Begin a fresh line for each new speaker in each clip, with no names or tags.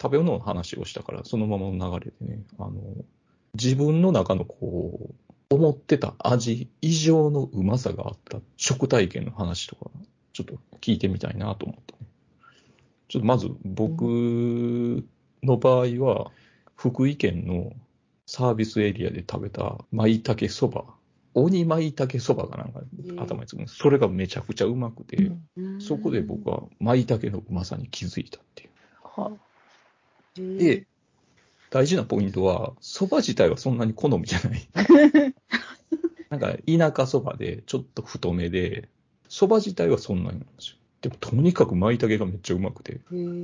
食べ物の話をしたから、そのままの流れでね、あの、自分の中のこう、思ってた味以上のうまさがあった食体験の話とか、ちょっと聞いてみたいなと思ってね。ちょっとまず僕の場合は、福井県のサービスエリアで食べた舞茸そば、鬼舞茸そばがなんか頭につくんです。それがめちゃくちゃうまくて、
うん
そこで僕は舞茸のうまさに気づいたっていう。
はへえ
で、大事なポイントは、蕎麦自体はそんなに好みじゃない。なんか、田舎蕎麦で、ちょっと太めで、蕎麦自体はそんなになんですよ。でも、とにかく舞茸がめっちゃうまくて、
へえ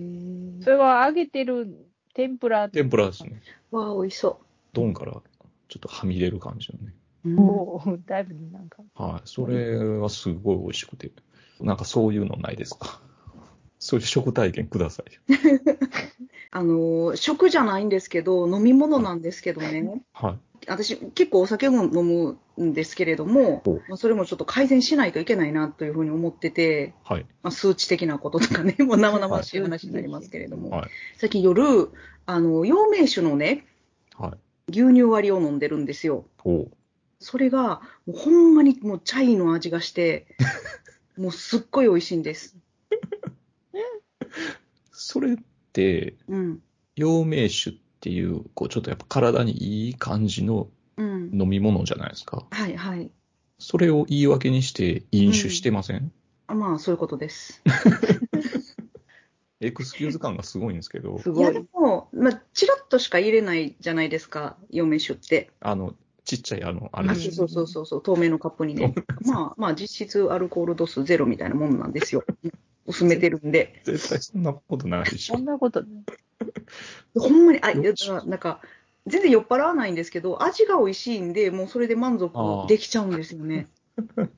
それは揚げてる天ぷら
天ぷらですね。
わあ、美味しそ
丼から、ちょっとはみ出る感じのね。
う。
を、だいぶなんか、
はい。それはすごい美味しくて。なんか、そういうのないですか。そういう食体験くださいよ。
あの、食じゃないんですけど、飲み物なんですけどね。
はい。
私、結構お酒も飲むんですけれども
お、
まあ、それもちょっと改善しないといけないなというふうに思ってて、
はい。
まあ、数値的なこととかね、 もう生々しい話になりますけれども、
はい
最近夜、あの、陽明酒のね、
はい。
牛乳割りを飲んでるんですよ。
おう
それが、もうほんまにもうチャイの味が して、もうすっごい美味しいんです。
それって、
うん。
陽明酒っていう、こう、ちょっとやっぱ体にいい感じの
うん。
飲み物じゃないですか。
はいはい。
それを言い訳にして飲酒してません、
あまあ、そういうこと です。
エクスキューズ感がすごいんですけど、
す
い
ご
や、で
い。
も、まあ、チラッとしか入れないじゃないですか、嫁酒って。
あの、ちっちゃいあの、あ
あ
れ
うん
です。
そうそうそうそう、透明のカップにね。まあ、まあ、実質アルコール度数ゼロみたいなもんなんです よ。薄めてるんで。
絶対そんなことないでし
そ
ょ
ん。なこと、
ほんまに、あ、いや
よし
なんか、全然酔っ払わないんですけど、味が美味しいんで、もうそれで満足できちゃうんですよね。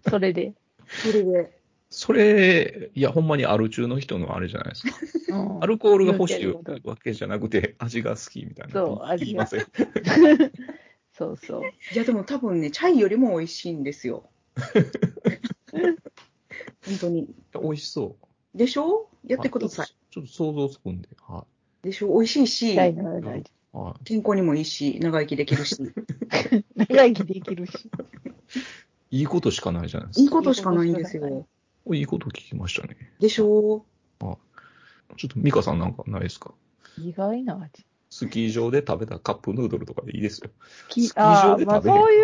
それで。
それで。
それ、いや、ほんまにアル中の人のあれじゃないですか。
うん
アルコールが欲しいわけじゃなくて、味が好きみたいな。
そう味
が。
が
せん。
そうそう。
いや、でも多分ね、チャイよりも美味しいんです よ。本当に。
美味しそう。
でしょやってください
は。。ちょっと想像つくんで。は
でしょ美味しいし、
大の大事
い。はい。
健康にもいいし、長生きできる し。
長生きできるし。
いいことしかないじゃないで
い
す
い
か。
ことしかないんですよ。
おいいこと聞きましたね。
でしょ
ちょっと美香さんなんかないですか
意外な味。
スキー場で食べたカップヌードルとかでいいですよ。
き
スキー場
あ
で食べ
ー
る
まあ、そうい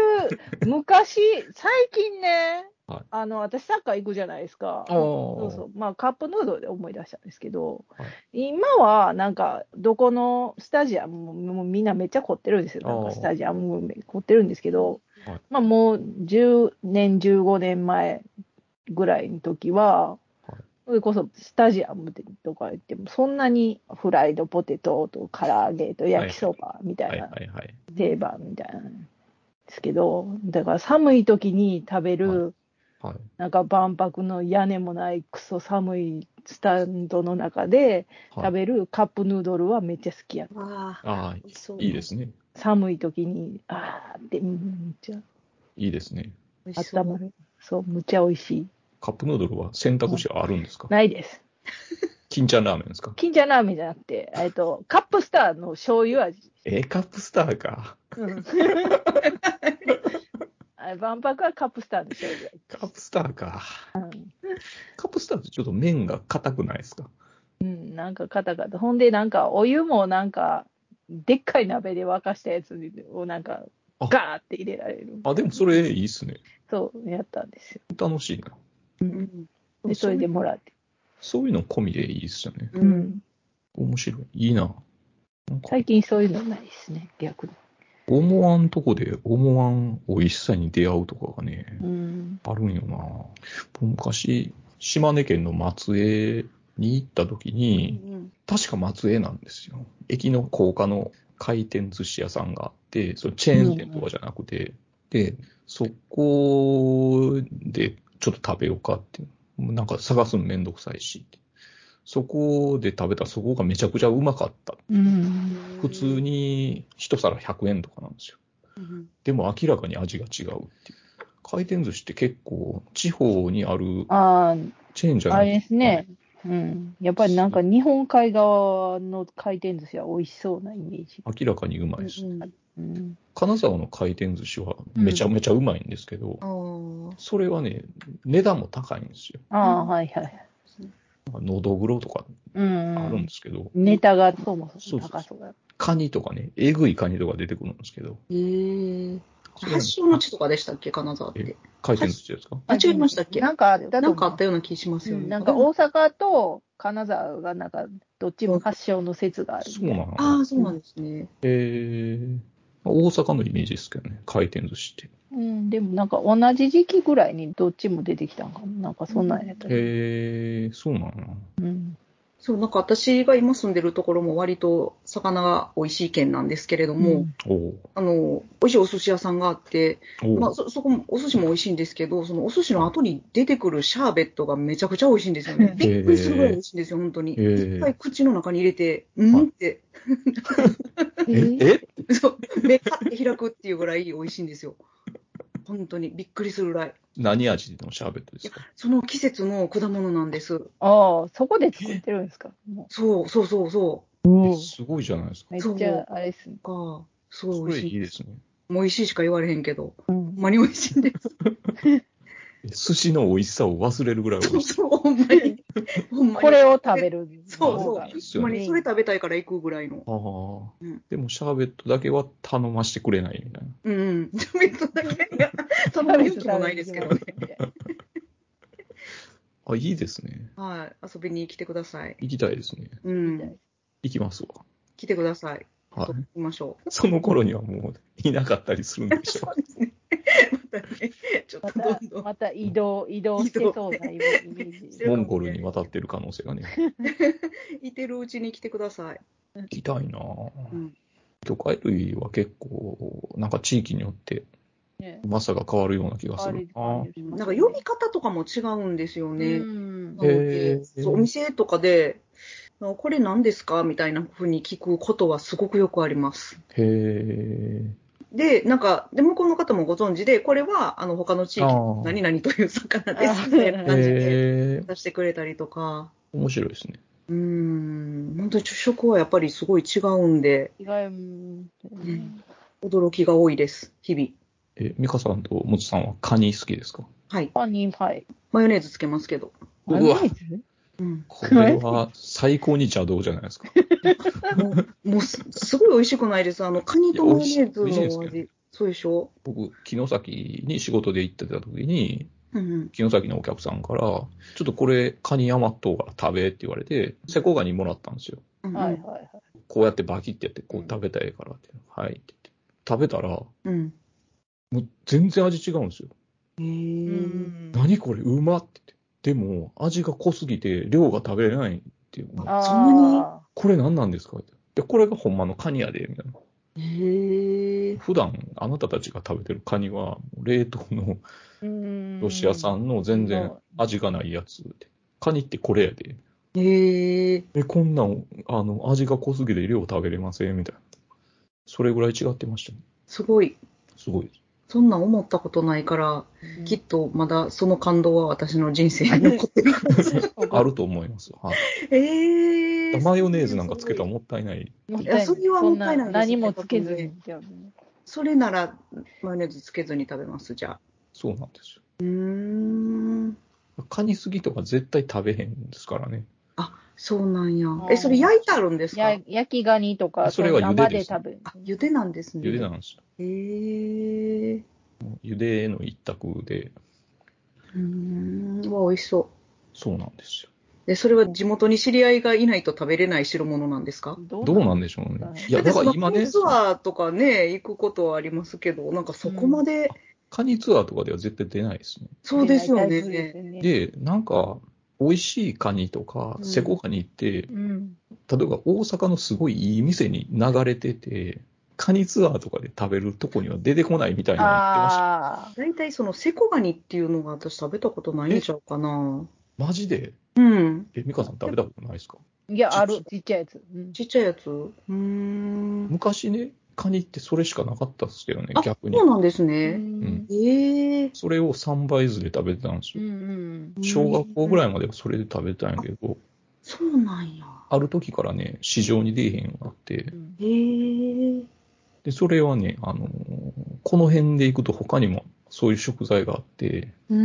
う、昔、最近ね、
はい
あの、私サッカー行くじゃないですか。
ああ
そうそう。まあ、カップヌードルで思い出したんですけど、
は
今は、なんか、どこのスタジアムも、もうみんなめっちゃ凝ってるんですよ。なん
ああ
かスタジアムも凝ってるんですけど、
はい
まあ、もう10年、15年前ぐらいの時は、
はい
それこそスタジアムでとか言っても、そんなにフライドポテトと唐揚げと焼きそばみた
はいいは
ない
はい。
定番みたいなんですけど、だから寒い時に食べ
は
る、
はい。
なんか万博の屋根もないクソ寒いスタンドの中で
はい
食べるカップヌードルはめっちゃ好きや。
う。ああ、
ああ、
美味しそう。
いいですね。
寒い時に、あーって、うんむっちゃ
いいですね。
美味しそう。
温まる。そう、むっちゃ美味しい。
カップヌードルは選択肢あるんですか
ないです。
金ちゃんラーメンですか
金ちゃんラーメンじゃなくて、えっと、カップスターの醤油味。
え、カップスターか。
あれ万博はカップスターの醤油味。
カップスターか。カップスターってちょっと麺が硬くないですか
うん、なんかカタカタ。ほんで、なんか、お湯もなんか、でっかい鍋で沸かしたやつをなんか、
あ
ガーって入れられる。
あ、でもそれいいっすね。
そう、やったんですよ。
楽しいな。
うん
で、それでもらって。
そういうの込みでいいっすよね。
う。
うんん。
面白い。いいな。なんか
最近そういうのないですね、逆に。
思わんとこで思わん美味しさに出会うとかがね、
うん。
あるんよな。僕昔、島根県の松江に行った時
う
に、
ん
確か松江なんですよ。駅の高架の回転寿司屋さんがあって、そのチェーン店とかじゃなくて、で、そこでちょっと食べようかって、もうなんか探すのめんどくさいし、そこで食べたらそこがめちゃくちゃうまかった。
うん。
普通。に一皿100円とかなんですよ。
うん
でも明らかに味が違うっていう。回転寿司って結構地方にある
あ
チェーンじ
あ、
ゃな
あ
い
れですね。うん。やっぱりなんか日本海側の回転寿司は美味しそうなイメージ。
明らかにうまいし、
うん。
金沢の回転寿司はめちゃめちゃうまいんですけど、
ああ。
それはね、値段も高いんですよ。
ああ、はいはい。
なんかのどぐろとか
う
あるん
ん。
ですけど、
ネタがそもそ
そう
も
そう
高そうだ。
カニとかね、えぐいカニとか出てくるんですけど、
へえ。
それはね
発祥の地とかでしたっけ、金沢って。
回転寿司ですか
あ、違いましたっけ
なんかあった
な
と
んかあ
思う
ったような気しますよね。
なんか大阪と金沢がなんかどっちも発祥の説がある。
そうなの
ああ、そうなんですね。
えー、大阪のイメージですけどね、回転寿司って。
うん、でもなんか同じ時期ぐらいにどっちも出てきたんかな。なんかそんなんやった。
えー、そうなのかな
うん。
そう、なんか私が今住んでるところも割と魚が美味しい県なんですけれども、
うん
おう
あの、美味しいお寿司屋さんがあって、
おう、
まあ、そ、そこも、お寿司も美味しいんですけど、そのお寿司の後に出てくるシャーベットがめちゃくちゃ美味しいんですよね。
へえ
びっくりするぐらい美味しいんですよ、本当に。
え
一回
ー、
口の中に入れて、うんって、
え
ええ
そう、目パッて開くっていうぐらい美味しいんですよ。本当にびっくりするぐらい。
何味のシャーベットですか
その季節の果物なんです。
ああ、そこで作ってるんですか。も
そう、そうそうそう
えすごいじゃないですか。
めっちゃあれっすね。
う。か、す
そ
ご
れ
い美味し
いい
い。
ですね。
もう美味しいしか言われへんけど、
う
ほ
ん。
んまに美味しいんです。
寿司の美味しさを忘れるぐらい美
そう
味しい。
そう、ほんまに。ほんまに。
これを食べる。
そう
方
そう。
がいいっす
ほ
よ
んま
ね
に、それ食べたいから行くぐらいの。
ああ
うん、
でもシャーベットだけは頼ましてくれないみたいな。
うんうん。ちょっとだけ、そんな勇気もないですけどね。
あ、いいですね。
はい。遊びに来てください。
行きたいですね。
うん。
行きますわ。
来てください。
は
と
い。
言いましょう。
その頃にはもういなかったりするんでしょ
そうですね。またね、ちょっ
ま
とどん
た
ど、ん。
また移動、移動してそうなイメージ
移。
う。モンゴルに渡ってる可能性がね。
いてるうちに来てください。
行きたいなぁ
うん
魚介類は結構、なんか地域によって
ね
うまさが変わるような気がす
あ
る
れ
な。
なんか呼び方とかも違うんですよね。
うん
なので
へー
そうお店とかで、あこれ何ですかみたいなふうに聞くことはすごくよくあります。
へえ。
で、なんか、で、向こうの方もご存知で、これは、あの、他の地域
あー、
何々という魚です、
あー
みたいな感じで
へえ。
出してくれたりとか、
面白いですね。
うーん、本当に食はやっぱりすごい違うんで、
違うんだよね。
驚きが多いです、日々。
え、美香さんともつさんはカニ好きですか
はい。
パンにはい。
マヨネーズつけますけど。
うわ
マヨネーズ
うん。
これは最高に邪道じゃないですか。
もう、もうす すごい美味しくないです。あの、カニとマヨネーズ
いや美味しい美味しい
の
ですけ
味。そうでしょ
僕、城崎に仕事で行ってた時に、
うんうん。
城崎のお客さんから、ちょっとこれカニ余っとうから食べって言われて、セコガニもらったんですよ。
うんうん
はいはいはい。
こうやってバキってやって、こう食べたいからって、はいって言って。食べたら、も
うん。
う全然味違うんですよ。
へ
う
ー
ん
何これ、うまって言って。でも、味が濃すぎて、量が食べれないっていう。
あ
そんな
あ
これ何なんですかって。いや、これがほんまのカニやで、みたいな。
へえ。
普段、あなたたちが食べてるカニは、冷凍の
うん
ロシア産の全然味がないやつで。カニってこれやで。
へえ。
え、こんなん、あの、味が濃すぎて量食べれません、みたいな。それぐらい違ってましたね。
すごい。
すごいです。
そんなん思ったことないから、
うん
きっとまだその感動は私の人生に残ってる。
あると思います。はい。
ええ
マヨネーズなんかつけたらもったいない。
もったい
い
ない
やそれはもったいないです
そん何もつけずに。
それなら、マヨネーズつけずに食べます、じゃあ。
そうなんです
うーん。
よ。カニすぎとか絶対食べへんですからね。
そうなんや
あ。ー
え、それ焼いてあるんですか
や焼きガニとか、
それは茹でで
生です食べる。
あ、茹でなんですね。
茹でなんですよ。
へえ。う
茹での一択で、
ーん。わ、美味しそ
そうなんですよ。
う。で、それは地元に知り合いがいないと食べれない代物なんですか
ど
どうなんんでしょうね。い
い
や、だから今ね、
ツアーとかね、行くことはありますけど、なんかそこまで、
カニツアーとかでは絶対出ないですね。
そうですよね。
ね。
で、なんか、美味しいカニとか、
うん
セコカニって、
うん。
例えば大阪のすごいいい店に流れてて、カニツアーとかで食べるとこには出てこないみたいなの言ってました。
ああ。
大体そのセコガニっていうのが私食べたことないんちゃうかな。
マジで
うん。
え、美香さん食べたことないですか
いや、ある。ちっちゃいやつ。うん
ちっちゃいやつ。うーん。
昔ね、カニってそれしかなかったですけどね
あ、、
逆に
そう。なんです
う
ね。
ん。
ええ
それを3倍ずつで食べてたんです
う
よ。
んうん。
小学校ぐらいまではそれで食べてたんやけど、
そうなんや。
ある時からね、市場に出えへんようになって、
へえ。
で、それはね、あのーこの辺で行くと他にもそういう食材があって、
うー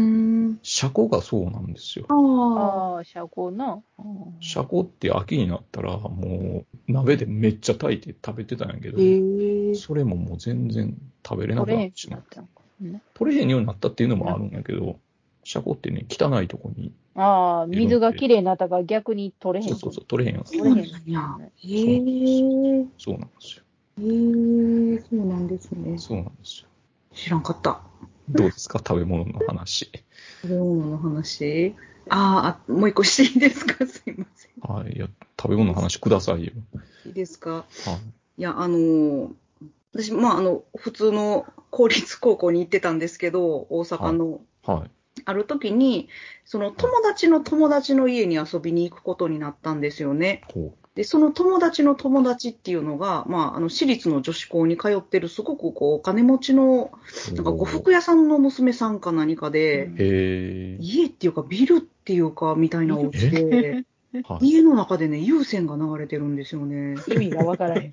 ん。
シャコがそうなんですよ。
ああ。
ああ、車高な。うん
シャコって秋になったら、もう鍋でめっちゃ炊いて食べてたんやけど、
へえ。
それももう全然食べれな
取
く
れ
な
へ
っ
ん
てし
く
ま
な
う
っ。たのかね。
取れへんようになったっていうのもあるんやけど、シャコってね、汚いとこに、
ああ、水がきれいになったから逆に取れへん
そうそう
くなっ
そう、取れへんように
そ
なっ
うなんや。へえ。
たそうなんですよ。
へえ。そうなんですね。
そうなんですよ。
知らんかった。
どうですか、食べ物の話。
食べ物の話。あーあ、もう一個していいですか すいません。
はい、いや、食べ物の話くださいよ。
いいですか
はい
や、あのー私、まあ、あの、普通の公立高校に行ってたんですけど、大阪の。
い。はい。
ある時に、その友達の友達の家に遊びに行くことになったんですよね。
ほ
で、その友達の友達っていうのが、まあ、あの、私立の女子校に通ってる、すごくこう、お金持ちの、
う。
なんか呉服屋さんの娘さんか何かで、
へえ。
家っていうかビルっていうか、みたいなお家で、
はい。
家の中でね、有線が流れてるんですよね。
た。意味がわからへん。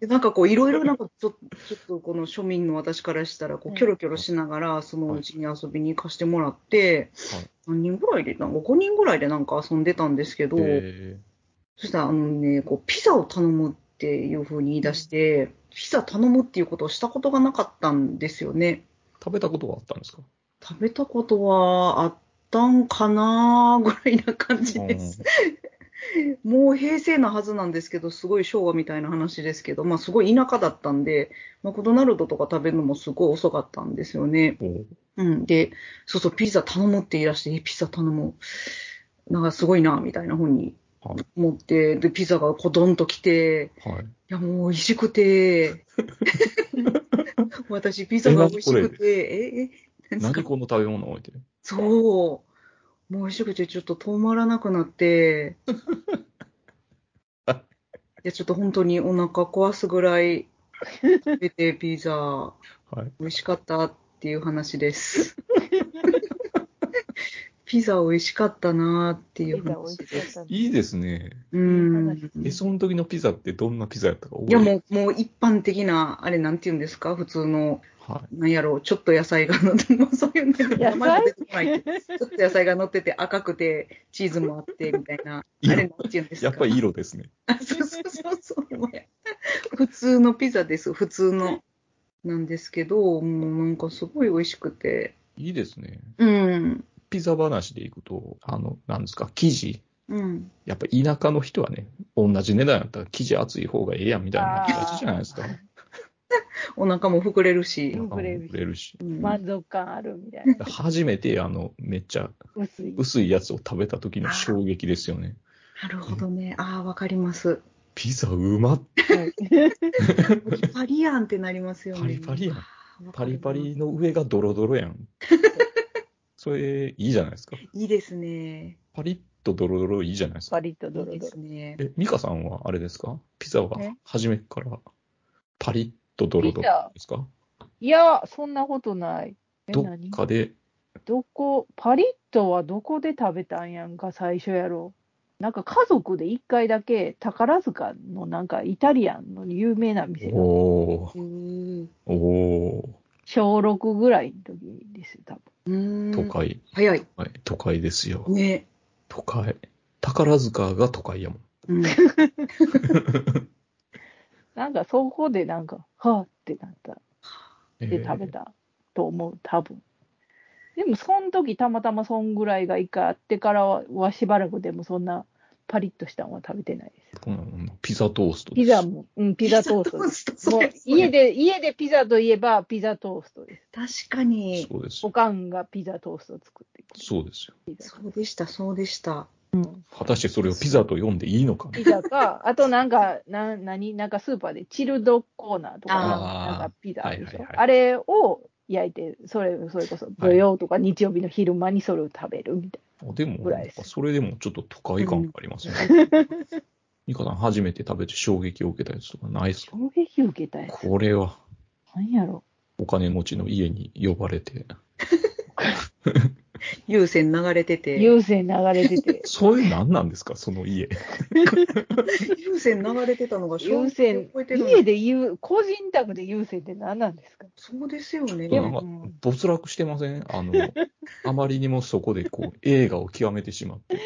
でなんかこう、いろいろなんかちょ、ちょっとこの庶民の私からしたら、こ
う
う、
ん
キョロキョロしながら、そのうちに遊びに行かしてもらって、
はい
何人ぐらいで、なんか5人ぐらいでなんか遊んでたんですけど、
へ
そしたら、あのね、こう、ピザを頼むっていうふうに言い出して、ピザ頼むっていうことをしたことがなかったんですよね。
ー食べたことはあったんですか
食べたことはあったんかなぐらいな感じです。もう平成なはずなんですけど、すごい昭和みたいな話ですけど、まあすごい田舎だったんで、マクドナルドとか食べるのもすごい遅かったんですよね。
うんほ
うん。で、そうそう、ピザ頼むって言い出して、えピザ頼む。なんかすごいな、みたいな風に
はい
思って、で、ピザがこどんと来て、
うはい。
いや、もう美味し くて、私ピザが美味しくて、え、え、
何この食べ物置いてる
そう。もう美味しくてちょっと止まらなくな って。いや、ちょっと本当にお腹壊すぐらい食べてピザ
はい。
美味しかったっていう 話です。ピザ美味しかったなって い
ピ
う
ザ美
話
味
で
し
す。
かった。
いいですね。
うん。
え、
い
その時のピザってどんなピザやったか覚えて
や、
る
もう、もう一般的な、あれなんて言うんですか普通の、
は
なんやろう、ちょっと野菜が乗って、もうそういうの名前が出てこないけどちょっと野菜が乗ってて赤くてチーズもあってみたいな。あ
いや
れなんて言うんで
い。
す
や
か
っぱり色ですね。
あ そうそうそうそう。もう普通のピザです。普通の。なんですけど、もうなんかすごい美味しくて。
いいですね。
うん。
ピザ話でいくと、あの、なんですか、生地。
うん。
やっぱ田舎の人はね、同じ値段やったら生地厚い方がええやんみたいな気がちじゃないですか。
お腹も膨れるし
う。ん
なんかもう売れるし。
うん
満足感あるみたいな。
初めて、あの、めっちゃ
薄い。
薄いやつを食べた時の衝撃ですよね。
なるほどね。ああ、わかります。
ピザうまっ
パリやんってなりますよね。
パリパリやん
あー。わ
パ
かる
リ
な
パ。リの上がドロドロ やん。それ、いいじゃないですか。
いいですね。
パリッとドロドロいいじゃないですか
パ。リッと
い
ド
い
ロ
で
ドロ
す。ね。
え、ミカさんはあれですかピザは
え
初めからパリッとドロドロですか
いや、そんなことない。え、
どっ
何
かで、
どこ、パリッとはどこで食べたんやんか、最初やろ。なんか家族で一回だけ宝塚のなんかイタリアンの有名な店が、
お
うん。
ー、お
小6ぐらいの時ですよ、多分。
うん
ー、都会、
早い。
はい、都会ですよ。
ね。
都会。宝塚が都会やもん。
うん。
なんかそこでなんか、はぁってなった。
え
で
ー
食べたと思う、多分。でもその時たまたまそんぐらいが一回あってからははしばらくでもそんなパリッとしたのは食べてないです。
こんなもんなピザトーストです
ピザも、うん、ピザトーストです。もう家で、家でピザといえばピザトーストです。
確かに。
そうです
お。かんがピザトーストを作ってくれる
そうですよ。
ピザ
そうでした、そうでした。
果たしてそれをピザと呼んでいいのか
ピザか、あとなんか、な、何なんかスーパーでチルドコーナーとか、
あー
なんかピザあるでしょ、
はいはいはい
あれを焼いて、それ、それこそ土曜とか日曜日の昼間にそれを食べるみたい
でも、
ぐらい
なん
です
かそれでもちょっと都会感がありますね。ミカさん初めて食べて衝撃を受けたやつとかないですか
な。衝撃受けたやつ。
これは、
何やろ
お金持ちの家に呼ばれて、。
優先流れてて、
優先流れてて
そういう何なんですか、その家。
優先流れてたのが衝
優
撃
先
を超え、てるの
家で言う、個人宅で優先って何なんですか
そうですよ
で
ね。
で
も
も、
没落してませんあの、あまりにもそこでこう映画を極めてしまって。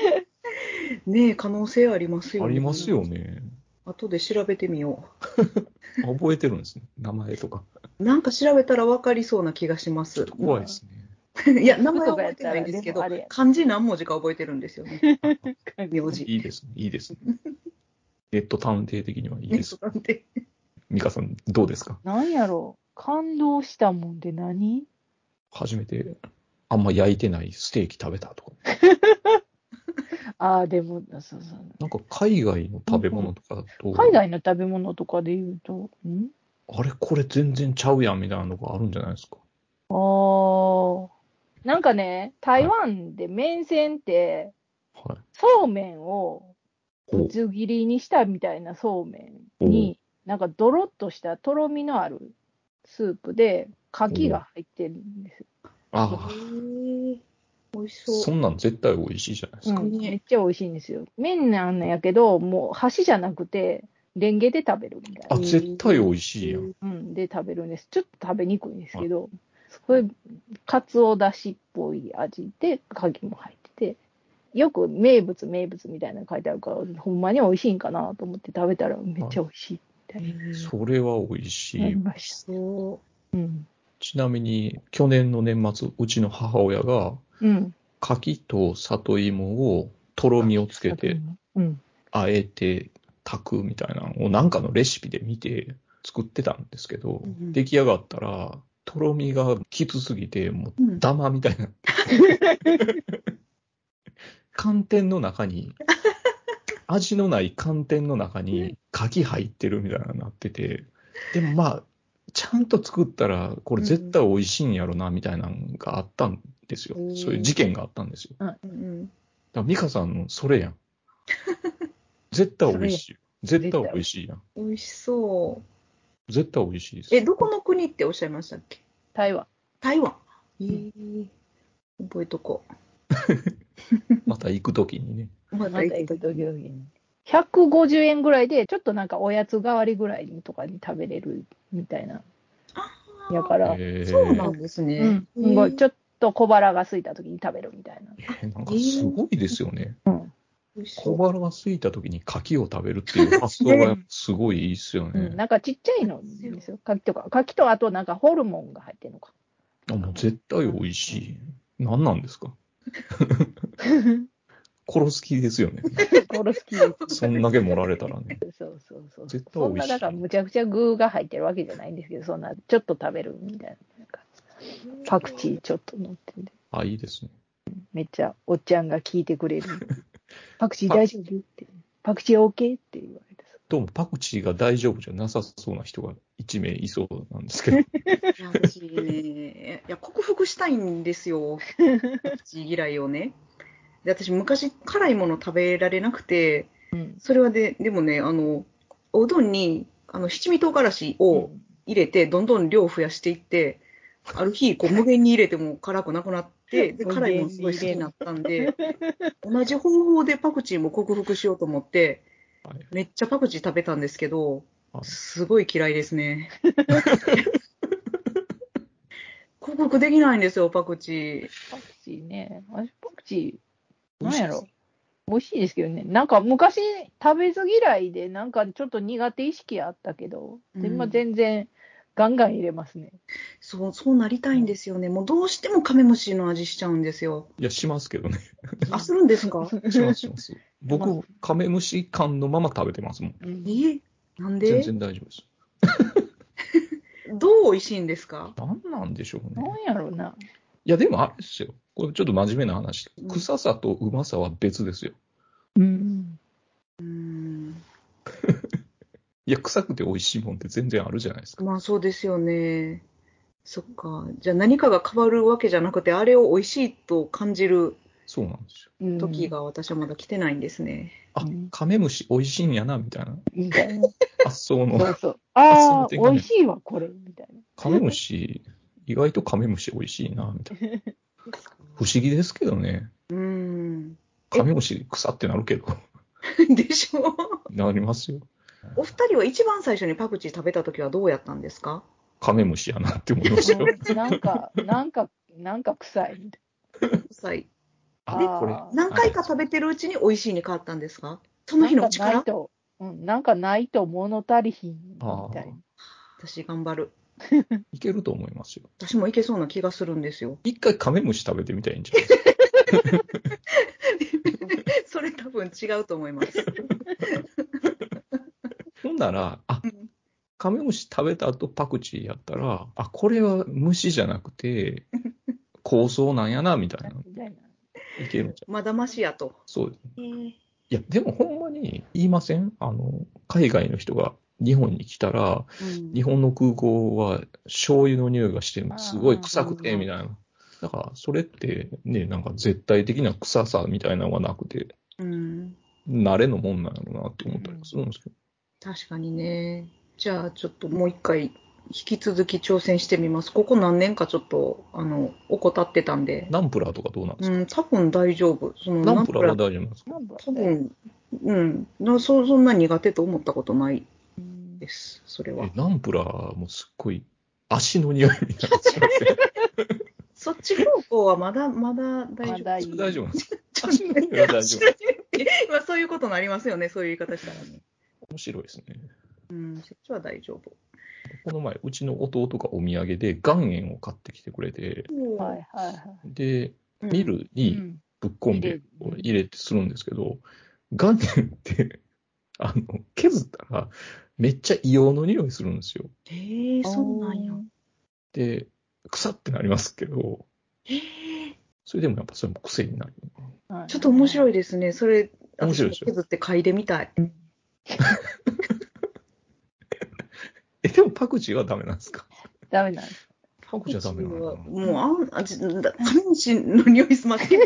ねえ、可能性ありますよ
あ
ね。
りますよ。ね。
後で調べてみよ
あ覚えてるんですね。名前とか。
う。なんか調べたら分かりそうな気がし ます。
怖いですね。
いや、名
服
前
と
は
か
覚
や
え
ってた
ない
ら
んですけ
で
ど
もあれや、
漢字何文字か覚えてるんですよね。名字。
いいですね。いいですね。ネット探偵的にはいい
ね
です。 美香さん、どうですか
なんやろう感動したもんって何
初めて、あんま焼いてないステーキ食べたとか。
ああ、でも、そうそう。
なんか海外の食べ物とかだと、
海外の食べ物とかで言うと、ん
あれこれ全然ちゃうやんみたいなのがあるんじゃないですか。
ああ。なんかね、台湾で麺線って、
はい。
そうめんを
お
ぶつ切りにしたみたいなそうめんに、なんかドロッとしたとろみのあるスープで、牡蠣が入ってるんですよ。
ああ、
美味しそ
そんなん絶対美味しいじゃないですか。
うん、めっちゃ美味しいんですよ。麺なんやけど、もう箸じゃなくて、レンゲで食べるみたいな
あ、。絶対美味しいやん。
うん、で食べるんです。ちょっと食べにくいんですけど、これ、かつおだしっぽい味で、牡蠣も入ってて、よく名物、名物みたいなの書いてあるから、ほんまに美味しいんかなと思って食べたら、めっちゃ美味しい。
う。
それは美味し
なり
い。
ました。
そ
うん。
ちなみに、去年の年末、うちの母親が、
うん。
柿と里芋をとろみをつけて、
うん。
あえて炊くみたいなのを、なんかのレシピで見て作ってたんですけど、
うんうん
出来上がったら、とろみがきつすぎて、もう、
う。うん
ダマみたいな。寒天の中に、味のない寒天の中に柿入ってるみたいなのになってて、でもまあ、ちゃんと作ったら、これ絶対美味しいんやろな、みたいなのがあったんですよ。
うん
そういう事件があったんですよ。だか
うん
ら美香さんのそれやん。絶対美味しい。絶対美味しいやん。
美味しそ
絶対美味しいです。
う。え、どこの国っておっしゃいましたっけ
台湾。
台湾。えー、覚えとこ
また行くときにね。
う。
ま
また
た
行
行
く
く
と
時々に。150円ぐらいで、ちょっとなんかおやつ代わりぐらいとかに食べれるみたいな。やから、
えー
そうなんですね。
うん。すごい、ちょっと小腹が空いた時に食べるみたいな。
えーなんかすごいですよね。
美味し
小
そう。
腹が空いた時に柿を食べるっていう発想 がすごいいいっすよ
うん、
ね。
なんかちっちゃいのですよ、柿とか。柿とあとなんかホルモンが入ってる のか。
あもう絶対美味しい。何なんです か殺す気ですよね。
ゴロ好きです。
そんだけ盛られたらね。
そうそうそう。
絶対
そん
美味しい
なだからむちゃくちゃ具が入ってるわけじゃないんですけど、そんなちょっと食べるみたいな。なんかパクチーちょっと乗ってんで、
あ、いいですね。
めっちゃおっちゃんが聞いて くれる。パクチー大丈夫って。パクチー OK? って言われてさ。
どうもパクチーが大丈夫じゃなさそうな人が1名いそうなん ですけど。
いや私ね、いや、克服したいんですよ。口嫌いをね。で私、昔、辛いもの食べられなくて、
うん。
それはで、でもね、あの、おうどんに、あの、七味唐辛子を入れて、どんどん量増やしていって、ある日、こう、無限に入れても辛くなくな って、で、
無限に入れる
辛いものすごい好きになったんで、同じ方法でパクチーも克服しようと思って
はい、
めっちゃパクチー食べたんですけど
は、い
すごい嫌いですね。 克服できないんですよ、パクチー。
パクチーね。私パクチー、なんやろ。美味しいですけどね。なんか昔、食べず嫌いで、なんかちょっと苦手意識あったけど、
うん
でも全然、ガンガン入れますね。
そう、そうなりたいんですよね。もうどうしてもカメムシの味しちゃうんですよ。
いや、しますけどね。
あ、するんで すか
します、します。僕、カメムシ感のまま食べてますもん。
えな
全
んで
然大丈夫です。
どう美味しいんですか
何なんでしょう
な
ね。
んやろうな。
いや、でもあれですよ。これちょっと真面目な話
うん。
臭さとうまさは別ですよ。
うん。
うーん。
いや、臭くて美味しいもんって全然あるじゃないですか。
まあそうですよね。そっか。じゃあ何かが変わるわけじゃなくて、あれを美味しいと感じる
そうなんですよ。
うん
時。が私はまだ来てないんですね。
あ
うん、
カメムシ美味しいんやな、みたいな
みた いな。
発想
そ
の。
うそう。
そ
あ
の
あ、
点が
美
ね
味しいわ、これ。みたいな。
カメムシ、意外とカメムシ美味しいな、みたいな。不思議ですけどね。
うん。
カメムシ草ってなるけど、
でしょ
なりますよ。
お二人は一番最初にパクチー食べた時はどうやったんですか
カメムシやなって思いましたよ。
なんか、なんか、なんか臭いみたい
はい
あ
な。
これ
あー
何回か食べてるうちに美味しいに変わったんですかその日のうちか
なんない
ら
と、うん、なんかないと物足りひんみたいな。
私頑張る。
いけると思いますよ。。
私もいけそうな気がするんですよ
一回カメムシ食べてみたらいいんじゃない
それ多分違うと思います。
ほんなら、あ
うん、
カメムシ食べた後パクチーやったら、あ、これは虫じゃなく て、構想なんやな、みたいな。
みたいな。
いけるんじゃん。
まだましやと。
そうです。いや、でもほんまに言いませんあの、海外の人が日本に来たら、
うん
日本の空港は醤油の匂いがして、すごい臭くて、
あー
みたいな。だから、それって、ね、なんか絶対的な臭さみたいなのがなくて、
うん、
慣れのもんなんやろうなって思ったりするんですけど。
確かにね。じゃあちょっともう一回引き続き挑戦してみます。ここ何年かちょっとあの怠ってたんで。
ナンプラーとかどうなんです
う
か、
ん、多分大丈夫。その
ナンプラーは
ナンプ
大丈夫なんですか
なんだろ
多
うね
分、うん、なそそんな苦手と思ったことない
うん
です。それは
え。ナンプラーもすっごい足の匂いみたいなのしません
そっち方向はまだまだ大丈夫。
まだいい
それ大丈夫なんですか
ちょっと
足の匂いは大丈夫。
まあそういうことになりますよね、そういう言い方したらね。
面白いですね。
うん、そっちは大丈夫。
この前、うちの弟がお土産で岩塩を買ってきてくれて、
はいはいはい。
で、
うん
ミル
う
に
ん
ぶっこんでを入れてするんですけど、岩塩って、 あの、削ったら、めっちゃ硫黄の匂いするんですよ。
へえそうなんや。
で、腐ってなりますけど、
へえ
それでもやっぱそれも癖になる。
はい
ちょっと面白いですね。それ、
面白いでしょ
私も削って嗅いでみたい。
え、でもパクチーはダメなんですか
ダメなんです。
パクチーはダメなんだ
はもう、あん、あ、ちだカメムシの匂いすません。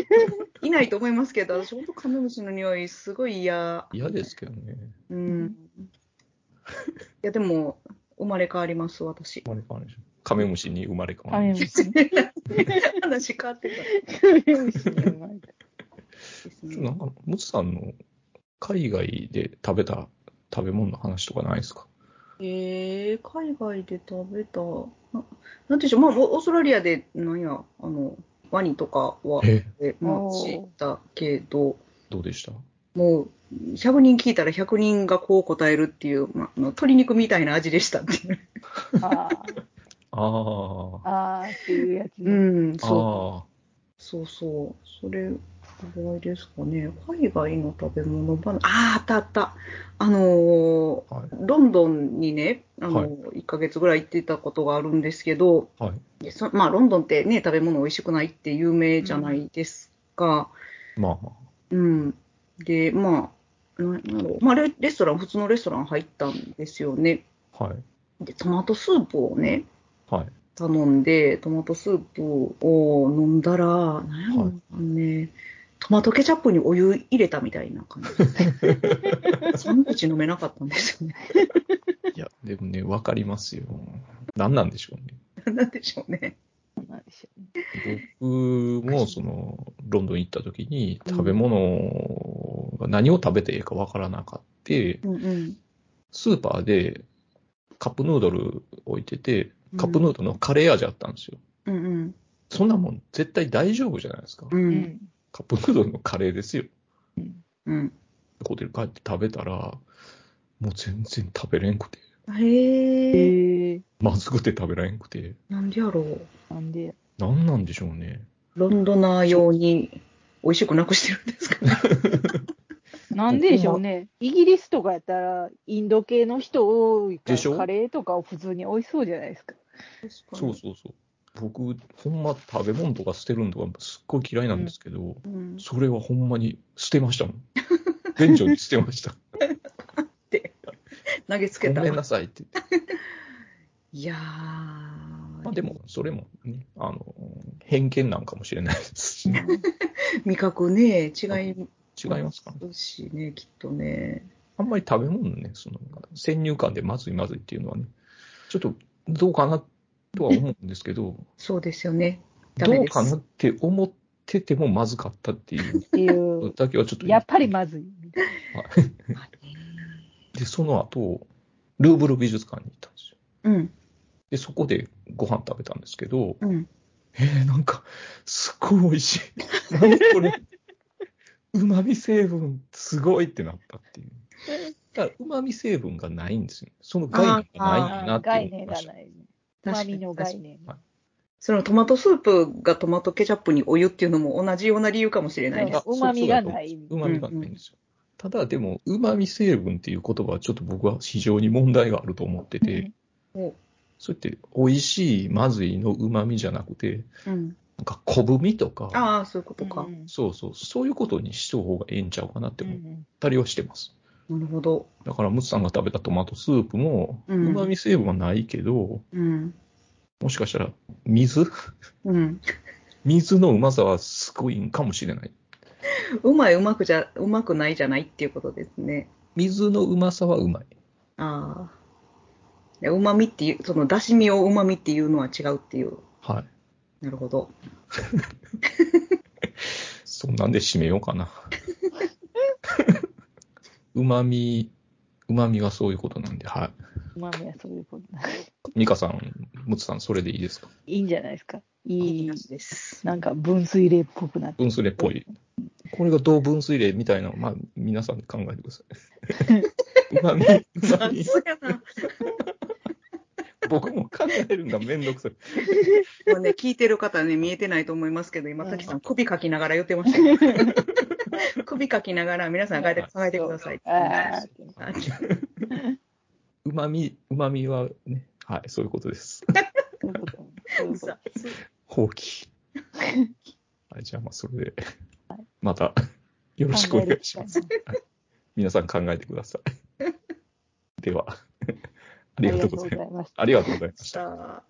いないと思いますけど、私本当カメムシの匂いすごい嫌。
嫌ですけどね。
うん。いや、でも、生まれ変わりま す、私。
生まれ変わるでしょ。カメムシに生まれ変わ
カ
る
メ
で
ム
しょ。
シ。
話変わってた
カメムシに生まれた
です
な
ね。
んか、ムツさんの海外で食べた食べ物の話とかないですか
えー、海外で食べた、ななんていうんでしょう、まあ、オーストラリアで、なんや、あの、ワニとかは、
え、
えま
お
あ、
ー
知ったけど、
どうでした
もう、100人聞いたら100人がこう答えるっていう、まあ、あの鶏肉みたいな味でしたっていう。
あ
あ
あ、ああっていうやつ
う
ね。
ん、
あ。
そう。
ああ。
そうそう。それぐらいですかね。海外の食べ物ばああ、あったあった。あのー
はい
ロンドンにね、あのー
はい
1ヶ月ぐらい行ってたことがあるんですけど、
はい
でそまあ、ロンドンってね、食べ物美味しくないって有名じゃないですか。
まあ、
うん。で、まあ、ななんだろう。まあレ、レストラン、普通のレストラン入ったんですよね。
はい。
で、トマトスープをね、
はい。
頼んで、トマトスープを飲んだら、なんやろなね、トマトケチャップにお湯入れたみたいな感じ。3口飲めなかったんですよね。
いや、でもね、わかりますよ。何なんでしょうね。
なんでしょうね。
そうなんですよね
僕も、その、ロンドン行った時に、食べ物が何を食べていいかわからなかって、
うんうん。
スーパーでカップヌードル置いてて、カップヌードルのカレー味あったんですよ。
うん
そんなもん絶対大丈夫じゃないですか。
うん。う。
うんん。
カップヌードルのカレーですよ。
うん。
ホテル帰って食べたら、もう全然食べれんくて、
へえ、
へえ。
まずくて食べられんくて、
なんでやろう。
なんで、
何なんでしょうね。
ロンドナー用に美味しくなくしてるんですかね。
なんででしょうね。イギリスとかやったら、インド系の人多いか
でしょ
ら、カレーとか普通に美味しそうじゃないですか。
そうそうそう。僕、ほんま食べ物とか捨てるのとかすっごい嫌いなんですけど、
うん。
それはほんまに捨てましたもん。便所に捨てました。
投げつけ
ご
た。
めんなさいって言って。
いやー。
まあでも、それもね、あの、偏見なんかもしれないです し、
味覚ね、違い
違いますからね。
ますしね、きっとね。
あんまり食べ物のね、その、先入観でまずいまずいっていうのはね、ちょっとどうかなとは思うんですけど、
そうですよね。ダメ
どう
です
かなって思っっててもまずかったっていう
ていう、
だけはちょっと。
やっぱりまずいみたいな。
で、その後、ルーブル美術館に行ったんですよ。
うん。
で、そこでご飯食べたんですけど、
うん。
えー、なんか、すっごい美 味しい。何これ。旨味成分、すごいってなったっていう。だから、旨味成分がないんですよ。その概念がないんだな
あー
って
概
思い
念
ま
が
した。
ない。うま
確か
み
に
の
確か
概
に
念。
そのトマトスープがトマトケチャップにお湯っていうのも同じような理由かもしれないです。
うまみがない。
旨味がないんですよ。ただ、でも、旨味成分っていう言葉はちょっと僕は非常に問題があると思ってて、
お
そうやって、美味しい、まずいの旨味じゃなくて、
うん、
なんか小ぶみとか、
ああ、そういうこと
うん
か。
うん
そうそう、そういうことにした方がええんちゃうかなって
うんう
思っ
ん
たりはしてます。
なるほど。
だから、ムツさんが食べたトマトスープも、
う
うんま、み成分はないけど、
うん。
もしかしたら、水
うん。
水のうまさはすごいんかもしれない。
うまいうまくじゃ、うまくないじゃないっていうことですね。
水のうまさはうまい。
ああ。でうまみっていう、その出汁味をうまみっていうのは違うっていう。
はい。
なるほど。
そんなんで締めようかな。 うまみ、うまみはそういうことなんで、は
うまみはそういうことなんで
い。ミカさん、ムツさん、それでいいですか
いいんじゃないですか。
いい
いい、
話です。
なんか分水嶺っぽくなって。
分水嶺っぽい。これがどう分水嶺みたいなのまあ、皆さん考えてください。うまみ、うまみ。
そうやな。
僕も考えるのがめんどくさい。
もうね、聞いてる方ね、見えてないと思いますけど、今、滝さん、首かきながら言ってましたよ。首かきながら、皆さん考えて考えてください。
あー
あ
うまみ、うまみはね、はい、そういうこと です。
そういうことそういうこ
さ
と
放棄。はい、じゃあまあ、それで、また、よろしくお願いします。皆さん考えてください。では、あ
あ
りがとうございます。
いました
ありがとうございました。
さあ